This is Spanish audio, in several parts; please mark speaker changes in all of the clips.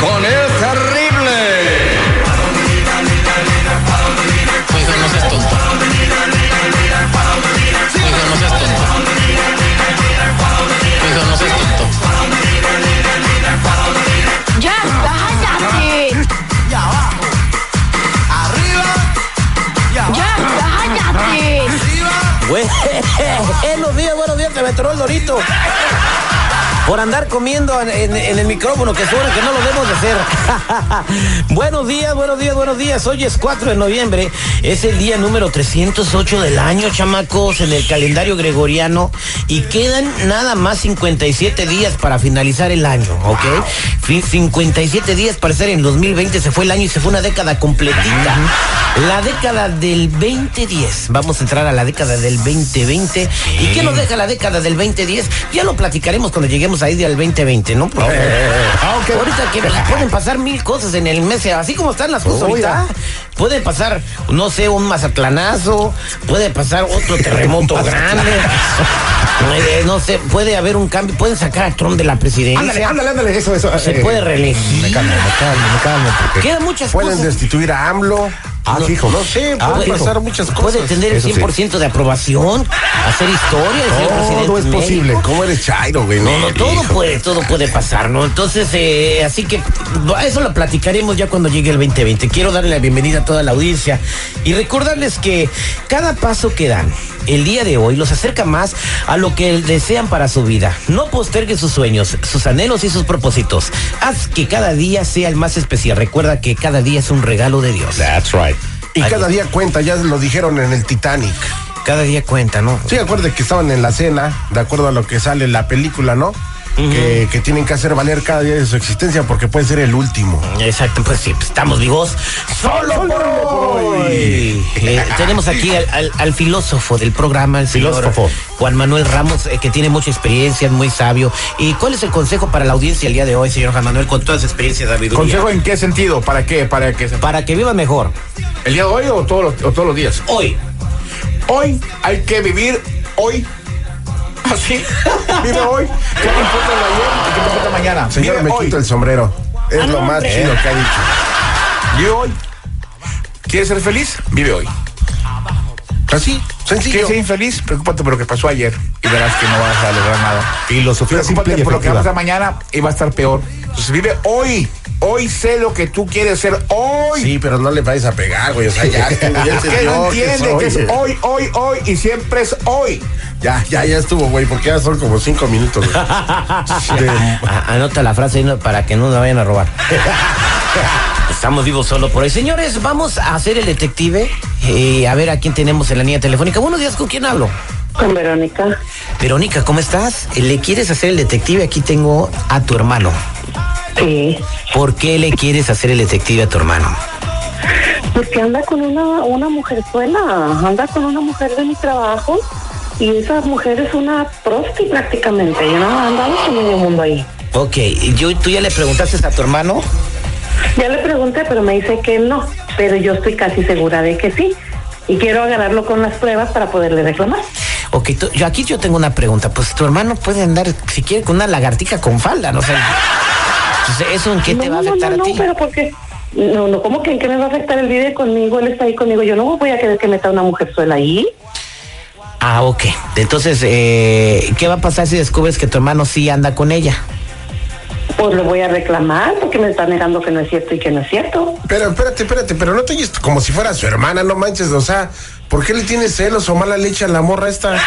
Speaker 1: con el terrible.
Speaker 2: Mi hijo no seas tonto. Mi hijo no seas tonto. Mi hijo no seas tonto.
Speaker 3: Ya, cállate. Ya vamos. Arriba. Ya, cállate.
Speaker 4: Güey, buenos días, buenos días, se me atoró el dorito. Por andar comiendo en, en- en el micrófono, que suena que no lo debemos de hacer. buenos días, buenos días, buenos días. Hoy es 4 de noviembre. Es el día número 308 del año, chamacos, en el calendario gregoriano. Y quedan nada más 57 días para finalizar el año, ¿ok? Fi- 57 días para ser en 2020. Se fue el año y se fue una década completita. La década del 2010. Vamos a entrar a la década del 2020. ¿Y qué nos deja la década del 2010? Ya lo platicaremos cuando lleguemos ahí al 2020, ¿no? Porque
Speaker 5: Eh,
Speaker 4: Ahorita que pues, pueden pasar mil cosas en el mes, así como están las cosas ahorita. Puede pasar, no sé, un mazatlanazo, puede pasar otro terremoto grande. eh, no sé, puede haber un cambio, pueden sacar a Trump de la presidencia.
Speaker 5: Ándale, ándale, ándale, eso, eso.
Speaker 4: Se
Speaker 5: eh,
Speaker 4: puede reelegir.
Speaker 5: Me calmo, me calmo, me calmo. porque
Speaker 4: Quedan muchas
Speaker 5: Pueden
Speaker 4: cosas.
Speaker 5: destituir a AMLO.
Speaker 4: Ah,
Speaker 5: no,
Speaker 4: fijo.
Speaker 5: No sé,
Speaker 4: Ah,
Speaker 5: pueden
Speaker 4: fijo.
Speaker 5: pasar muchas cosas.
Speaker 4: Puede tener el
Speaker 5: Eso sí.
Speaker 4: 100% de aprobación, hacer historia, ser presidente
Speaker 5: Todo es
Speaker 4: de
Speaker 5: posible.
Speaker 4: México.
Speaker 5: ¿Cómo eres chairo, güey? No, no,
Speaker 4: Todo
Speaker 5: hijo.
Speaker 4: puede, todo puede pasar, ¿no? Entonces, eh, así que a eso lo platicaremos ya cuando llegue el 2020. Quiero darle la bienvenida a toda la audiencia y recordarles que cada paso que dan el día de hoy los acerca más a lo que desean para su vida. No posterguen sus sueños, sus anhelos y sus propósitos. Haz que cada día sea el más especial. Recuerda que cada día es un regalo de Dios.
Speaker 1: That's right.
Speaker 5: Y
Speaker 4: Ahí.
Speaker 5: cada día cuenta, ya lo dijeron en el Titanic.
Speaker 4: Cada día cuenta, ¿no?
Speaker 5: Sí, acuerde que estaban en la cena, de acuerdo a lo que sale en la película, ¿no? que, que tienen que hacer valer cada día de su existencia porque puede ser el último.
Speaker 4: Exacto, pues sí, pues, estamos vivos solo, por hoy. Eh, tenemos aquí al, al- al filósofo del programa, el señor
Speaker 1: Filósofo.
Speaker 4: Juan Manuel Ramos, eh, que tiene mucha experiencia, es muy sabio. ¿Y cuál es el consejo para la audiencia el día de hoy, señor Juan Manuel, con toda su experiencia y sabiduría?
Speaker 6: ¿Consejo en qué sentido? ¿Para qué? ¿Para que se...
Speaker 4: Para que viva mejor.
Speaker 6: ¿El día de hoy o todos, los, o todos los días?
Speaker 4: Hoy.
Speaker 6: Hoy hay que vivir hoy. Así. Vive hoy. ¿Qué me importa el ayer y qué me importa el mañana?
Speaker 5: Señor,
Speaker 6: Vive
Speaker 5: me
Speaker 6: hoy.
Speaker 5: quito el sombrero. Es lo más chido que ha dicho.
Speaker 6: Vive hoy. ¿Quieres ser feliz? Vive hoy.
Speaker 5: Así, sencillo.
Speaker 6: ¿Quieres ser infeliz? Preocúpate por lo que pasó ayer y verás que no vas a lograr nada.
Speaker 5: Filosofía simple y
Speaker 6: Preocúpate por lo que va a
Speaker 5: efectiva.
Speaker 6: pasar mañana y va a estar peor. Entonces vive hoy. Hoy sé lo que tú quieres ser hoy.
Speaker 5: Sí, pero no le vais a pegar, güey. O sea, ya, estuvo, ya
Speaker 6: Es que no
Speaker 5: entendió que
Speaker 6: entiende que es
Speaker 5: soy-
Speaker 6: hoy, hoy, hoy y siempre es hoy.
Speaker 5: Ya, ya, ya estuvo, güey, porque ya son como cinco minutos. güey. Este, De-
Speaker 4: A- Ah, Anota la frase ¿no? para que no la vayan a robar. Estamos vivos solo por hoy. Señores, vamos a hacer el detective y a ver a quién tenemos en la línea telefónica. Buenos días, ¿con quién hablo?
Speaker 7: Con Verónica.
Speaker 4: Verónica, ¿cómo estás? Eh, ¿Le quieres hacer el detective? Aquí tengo a tu hermano.
Speaker 7: Sí.
Speaker 4: ¿Por qué le quieres hacer el detective a tu hermano?
Speaker 7: Porque anda con una, una mujerzuela, anda con una mujer de mi trabajo y esa mujer es una prosti prácticamente. Yo no andaba con medio mundo ahí.
Speaker 4: Ok, yo, tú ya le preguntaste a tu hermano.
Speaker 7: Ya le pregunté, pero me dice que no. Pero yo estoy casi segura de que sí. Y quiero agarrarlo con las pruebas para poderle reclamar.
Speaker 4: Ok, tú- yo aquí yo tengo una pregunta. Pues tu hermano puede andar, si quiere, con una lagartija con falda, no sé. Entonces, ¿eso en qué te
Speaker 7: no,
Speaker 4: va a
Speaker 7: no,
Speaker 4: afectar
Speaker 7: no,
Speaker 4: a
Speaker 7: no,
Speaker 4: ti?
Speaker 7: pero porque... No, no, ¿cómo que en qué me va a afectar el video conmigo? Él está ahí conmigo. Yo no voy a querer que meta una mujerzuela ahí.
Speaker 4: Ah, ok. Entonces, eh, ¿qué va a pasar si descubres que tu hermano sí anda con ella?
Speaker 7: Pues lo voy a reclamar porque me está negando que no es cierto y que no es cierto.
Speaker 5: Pero espérate, espérate, pero no te oyes como si fuera su hermana, no manches, o sea, ¿por qué le tienes celos o mala leche a la morra esta?
Speaker 4: Ah,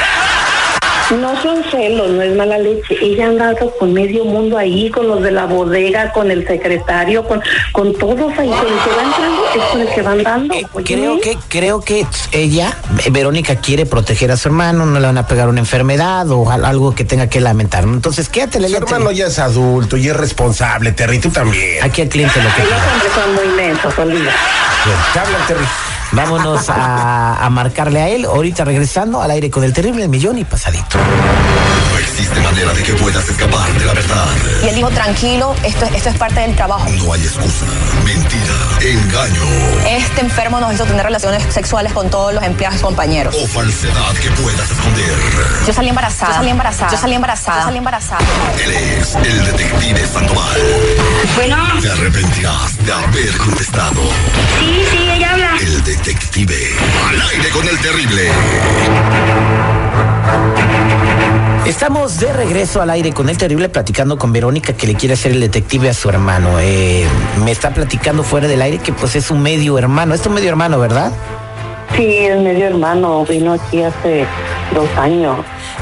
Speaker 7: No son celos, no es mala leche. Ella ha andado con medio mundo ahí, con los de la bodega, con el secretario, con, con todos ahí. Con el que va entrando es con el que van dando.
Speaker 4: Eh, creo que creo que ella, eh, Verónica, quiere proteger a su hermano, no le van a pegar una enfermedad o al- algo que tenga que lamentar. ¿no? Entonces, quédate
Speaker 5: Su hermano ya es adulto y es responsable, Terry, tú también.
Speaker 4: Aquí al cliente lo que
Speaker 7: Ellos
Speaker 4: quiera.
Speaker 7: hombres son muy mensos, olvida.
Speaker 5: Te hablan, Terry.
Speaker 4: Vámonos a, a marcarle a él. Ahorita regresando al aire con el terrible millón y pasadito.
Speaker 8: No existe manera de que puedas escapar de la verdad.
Speaker 9: Y él dijo, tranquilo, esto, esto es parte del trabajo.
Speaker 8: No hay excusa, mentira, engaño
Speaker 9: Este enfermo nos hizo tener relaciones sexuales con todos los empleados y compañeros.
Speaker 8: o falsedad que puedas esconder.
Speaker 9: Yo salí embarazada. Yo salí embarazada. Yo salí embarazada. Yo salí embarazada.
Speaker 8: Él es el detective Sandoval.
Speaker 9: Bueno.
Speaker 8: Te arrepentirás de haber contestado.
Speaker 9: Sí, sí, ella habla.
Speaker 8: El detective. Al aire con el terrible.
Speaker 4: Estamos de regreso al aire con el terrible platicando con Verónica que le quiere hacer el detective a su hermano. Eh, me está platicando fuera del aire que pues es un medio hermano. Es un medio hermano, ¿verdad?
Speaker 7: Sí, el medio hermano vino aquí hace dos años.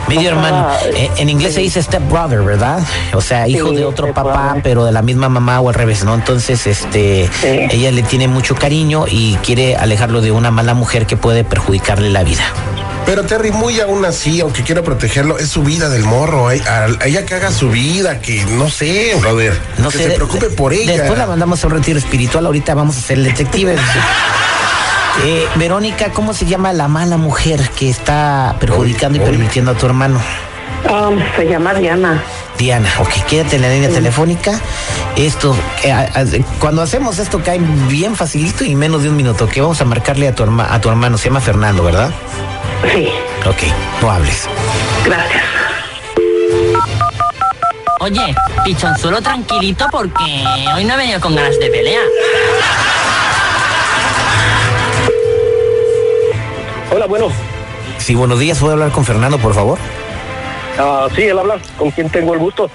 Speaker 4: Medio
Speaker 7: No
Speaker 4: hermano.
Speaker 7: estaba-
Speaker 4: Eh, en inglés se dice step brother, ¿verdad? O sea, hijo
Speaker 7: Sí,
Speaker 4: de otro papá,
Speaker 7: stepbrother.
Speaker 4: pero de la misma mamá o al revés, ¿no? Entonces, este, ella le tiene mucho cariño y quiere alejarlo de una mala mujer que puede perjudicarle la vida.
Speaker 5: Pero Terry, muy aún así, aunque quiera protegerlo, es su vida del morro. eh. A- a ella que haga su vida, que no sé, brother.
Speaker 4: No
Speaker 5: que
Speaker 4: sé,
Speaker 5: se
Speaker 4: de-
Speaker 5: preocupe por ella.
Speaker 4: Después la mandamos a un retiro espiritual. Ahorita vamos a ser el detective. Eh, Verónica, ¿cómo se llama la mala mujer que está perjudicando y permitiendo a tu hermano?
Speaker 7: Um, se llama Diana.
Speaker 4: Diana, ok, quédate en la línea telefónica. Esto, eh, a- a- cuando hacemos esto cae bien facilito y menos de un minuto. Que vamos a marcarle a tu, herma- a tu hermano, se llama Fernando, ¿verdad?
Speaker 7: Sí,
Speaker 4: Ok, no hables.
Speaker 7: gracias.
Speaker 10: Oye, pichonzuelo tranquilito porque hoy no he venido con ganas de pelea.
Speaker 11: Hola, bueno.
Speaker 4: Sí, buenos días, ¿puedo hablar con Fernando, por favor?
Speaker 11: Ah, sí, él habla. ¿Con quién tengo el gusto?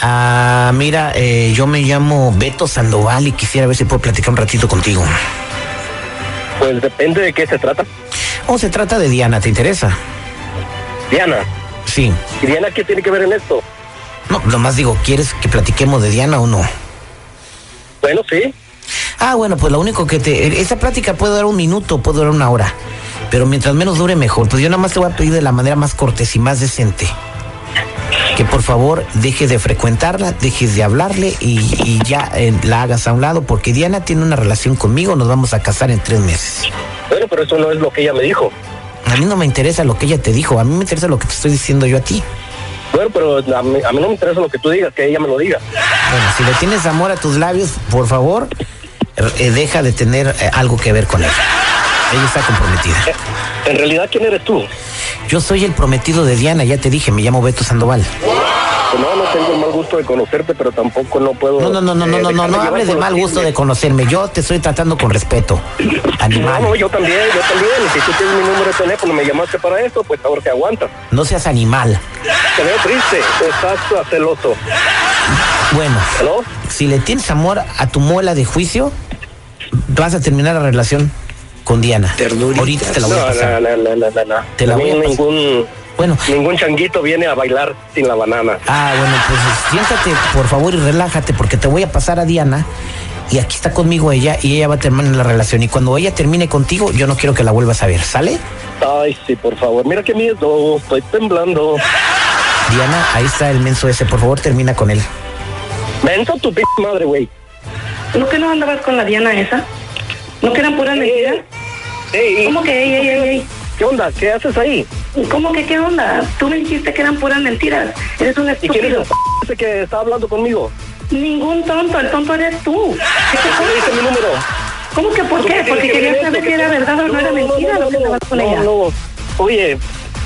Speaker 4: Ah, mira, eh, yo me llamo Beto Sandoval y quisiera ver si puedo platicar un ratito contigo.
Speaker 11: Pues depende de qué se trata.
Speaker 4: ¿O Oh, se trata de Diana? ¿Te interesa?
Speaker 11: Diana.
Speaker 4: Sí.
Speaker 11: ¿Y Diana qué tiene que ver en esto?
Speaker 4: No, nomás digo, ¿quieres que platiquemos de Diana o no?
Speaker 11: Bueno, sí.
Speaker 4: Ah, bueno, pues lo único que te... Esa plática puede durar un minuto, puede durar una hora. Pero mientras menos dure, mejor. Pues yo nada más te voy a pedir de la manera más cortés y más decente. Que por favor dejes de frecuentarla, dejes de hablarle y, y ya eh, la hagas a un lado. Porque Diana tiene una relación conmigo, nos vamos a casar en tres meses.
Speaker 11: Bueno, pero eso no es lo que ella me dijo.
Speaker 4: A mí no me interesa lo que ella te dijo, a mí me interesa lo que te estoy diciendo yo a ti.
Speaker 11: Bueno, pero a mí, a mí no me interesa lo que tú digas, que ella me lo diga.
Speaker 4: Bueno, si le tienes amor a tus labios, por favor, eh, deja de tener eh, algo que ver con ella. Ella está comprometida.
Speaker 11: En realidad, ¿quién eres tú?
Speaker 4: Yo soy el prometido de Diana, ya te dije, me llamo Beto Sandoval.
Speaker 11: No, no Pues tengo el mal gusto de conocerte, pero tampoco no puedo...
Speaker 4: No, no, no, no,
Speaker 11: eh,
Speaker 4: no, no, no,
Speaker 11: dejarme
Speaker 4: no
Speaker 11: llevar
Speaker 4: hables de
Speaker 11: por los
Speaker 4: mal gusto
Speaker 11: chismes.
Speaker 4: de conocerme. Yo te estoy tratando con respeto. Animal.
Speaker 11: No, no, yo también, yo también. Si tú tienes mi número de teléfono, me llamaste para esto, pues ahora te aguantas.
Speaker 4: No seas animal.
Speaker 11: Te veo triste, estás celoso.
Speaker 4: Bueno, si le tienes amor a tu muela de juicio, vas a terminar la relación con Diana. Ahorita te la voy a
Speaker 11: No,
Speaker 4: pasar.
Speaker 11: No, no, no, no, no.
Speaker 4: Te la
Speaker 11: A
Speaker 4: voy
Speaker 11: mí
Speaker 4: a pasar.
Speaker 11: ningún,
Speaker 4: bueno.
Speaker 11: ningún changuito viene a bailar sin la banana.
Speaker 4: Ah, bueno, pues siéntate, por favor, y relájate, porque te voy a pasar a Diana. Y aquí está conmigo ella, y ella va a terminar la relación. Y cuando ella termine contigo, yo no quiero que la vuelvas a ver, ¿sale?
Speaker 11: Ay, sí, por favor. Mira qué miedo, estoy temblando.
Speaker 4: Diana, ahí está el menso ese, por favor, termina con él.
Speaker 11: Menso tu p madre, güey.
Speaker 7: ¿No que no andabas con la Diana esa? ¿No que eran puras mentiras?
Speaker 9: Eh,
Speaker 7: ¿Cómo que ey, ey, ey, ey?
Speaker 11: ¿Qué onda? ¿Qué haces ahí?
Speaker 7: ¿Cómo que qué onda? Tú me dijiste que eran puras mentiras. Eres un
Speaker 11: ¿Y quién es
Speaker 7: estúpido.
Speaker 11: el p ese que está hablando conmigo?
Speaker 7: Ningún tonto, el tonto eres tú. ¿Qué te
Speaker 11: ¿Por qué le diste mi número?
Speaker 7: ¿Cómo que por qué?
Speaker 11: ¿Tú
Speaker 7: Porque
Speaker 11: tienes
Speaker 7: quería
Speaker 11: que ver
Speaker 7: saber
Speaker 11: esto?
Speaker 7: si era verdad o no era mentira lo que andabas con
Speaker 11: no,
Speaker 7: ella.
Speaker 11: no. Oye,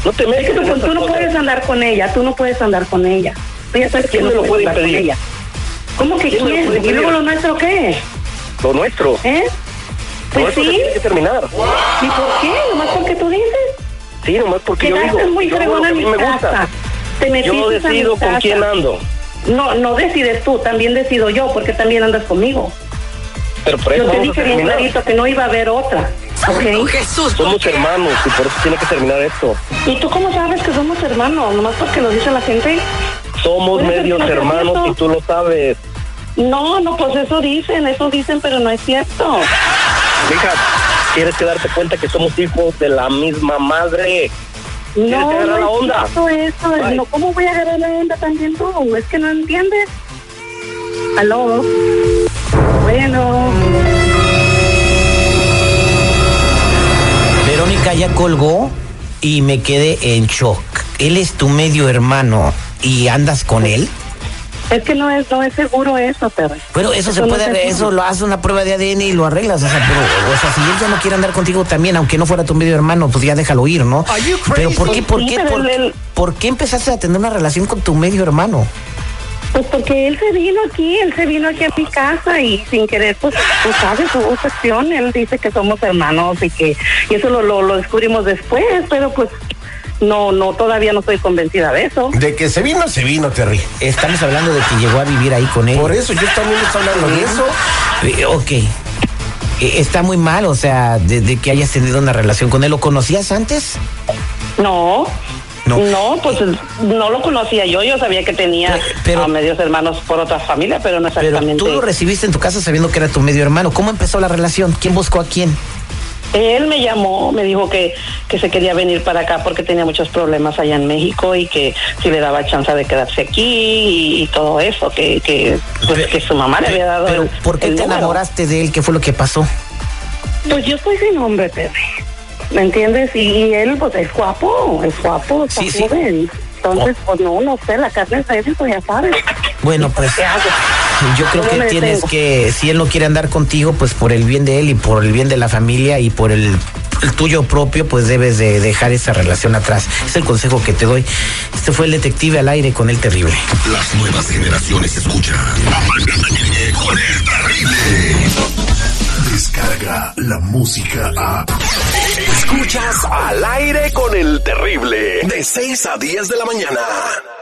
Speaker 11: no te
Speaker 7: Es que
Speaker 11: metas
Speaker 7: tú,
Speaker 11: en esas
Speaker 7: tú no
Speaker 11: cosas.
Speaker 7: puedes andar con ella, tú no puedes andar con ella. Tú ya sabes que
Speaker 11: ¿Quién
Speaker 7: no
Speaker 11: me lo
Speaker 7: puedes
Speaker 11: puede
Speaker 7: andar con
Speaker 11: impedir?
Speaker 7: ella. ¿Cómo que
Speaker 11: ¿Quién me lo
Speaker 7: quién? ¿Y
Speaker 11: puede impedir?
Speaker 7: luego lo nuestro qué?
Speaker 11: Lo nuestro.
Speaker 7: ¿Eh?
Speaker 11: Lo
Speaker 7: Pues
Speaker 11: nuestro se
Speaker 7: sí.
Speaker 11: tiene que terminar.
Speaker 7: ¿Y por qué? ¿Nomás porque tú dices?
Speaker 11: Sí, nomás porque yo digo.
Speaker 7: Quedaste muy
Speaker 11: yo hago
Speaker 7: fregona
Speaker 11: lo
Speaker 7: en
Speaker 11: que a
Speaker 7: mi
Speaker 11: mí me gusta.
Speaker 7: casa. Te metiste
Speaker 11: Yo
Speaker 7: a mi
Speaker 11: decido con
Speaker 7: casa.
Speaker 11: quién ando.
Speaker 7: No, no decides tú, también decido yo, porque también andas conmigo.
Speaker 11: Pero por eso
Speaker 7: yo te
Speaker 11: vamos a
Speaker 7: dije bien
Speaker 11: terminar.
Speaker 7: clarito pues, que no iba a haber otra. ¿Ok?
Speaker 11: Somos hermanos y por eso tiene que terminar esto.
Speaker 7: ¿Y tú cómo sabes que somos hermanos? ¿Nomás porque lo dice la gente?
Speaker 11: Somos
Speaker 7: Bueno, pero
Speaker 11: medios
Speaker 7: no es
Speaker 11: hermanos
Speaker 7: cierto.
Speaker 11: y tú lo sabes.
Speaker 7: No, no, pues eso dicen, eso dicen, pero no es cierto.
Speaker 11: Hija, tienes que darte cuenta que somos hijos de la misma madre. ¿Quieres
Speaker 7: No,
Speaker 11: agarrar la
Speaker 7: no
Speaker 11: onda?
Speaker 7: es cierto eso. No, ¿Cómo voy a agarrar la onda también tú? Es que no entiendes. Aló. Bueno.
Speaker 4: chica ya colgó y me quedé en shock. Él es tu medio hermano y andas con él.
Speaker 7: Es que no es, no es seguro eso, Terry.
Speaker 4: Pero eso, se
Speaker 7: no
Speaker 4: puede,
Speaker 7: es seguro.
Speaker 4: eso lo haces una prueba de ADN y lo arreglas. O sea, pero, o sea, si él ya no quiere andar contigo también, aunque no fuera tu medio hermano, pues ya déjalo ir, ¿no? Pero ¿por qué, por
Speaker 7: Sí,
Speaker 4: qué,
Speaker 7: pero
Speaker 4: por,
Speaker 7: él-
Speaker 4: por qué empezaste a tener una relación con tu medio hermano?
Speaker 7: Pues porque él se vino aquí, él se vino aquí a mi casa y sin querer, pues, tú sabes, hubo sección, él dice que somos hermanos y que, y eso lo, lo, lo descubrimos después, pero pues no, no, todavía no estoy convencida de eso.
Speaker 5: De que se vino, se vino, Terry.
Speaker 4: Estamos hablando de que llegó a vivir ahí con él.
Speaker 5: Por eso, yo también estoy hablando de eso.
Speaker 4: Eh, Ok. Eh, Está muy mal, o sea, desde que hayas tenido una relación con él. ¿Lo conocías antes?
Speaker 7: No.
Speaker 4: No.
Speaker 7: No. pues no lo conocía yo, yo sabía que tenía a medios hermanos por otras familias, pero no
Speaker 4: Pero
Speaker 7: exactamente.
Speaker 4: tú lo recibiste en tu casa sabiendo que era tu medio hermano. ¿Cómo empezó la relación? ¿Quién buscó a quién?
Speaker 7: Él me llamó, me dijo que, que se quería venir para acá porque tenía muchos problemas allá en México y que si le daba chance de quedarse aquí y, y todo eso, que, que, pues, que su mamá le había dado
Speaker 4: Pero,
Speaker 7: el-
Speaker 4: ¿Por qué
Speaker 7: el
Speaker 4: te
Speaker 7: número.
Speaker 4: enamoraste de él? ¿Qué fue lo que pasó?
Speaker 7: Pues yo estoy sin hombre, Pepe. ¿Me entiendes? Y, y él, pues, es guapo, es guapo, está joven. Entonces, pues, no, no sé, la carne es débil, pues, ya sabes.
Speaker 4: Bueno, pues yo creo
Speaker 7: ¿Cómo
Speaker 4: que
Speaker 7: me
Speaker 4: tienes
Speaker 7: detengo?
Speaker 4: que, si él no quiere andar contigo, pues por el bien de él y por el bien de la familia y por el, el tuyo propio, pues debes de dejar esa relación atrás. Es el consejo que te doy. Este fue el detective al aire con el terrible.
Speaker 8: Las nuevas generaciones escuchan. Amanece Con el terrible.
Speaker 12: Descarga la música a.
Speaker 8: Escuchas al aire con el terrible. De 6 a 10 de la mañana.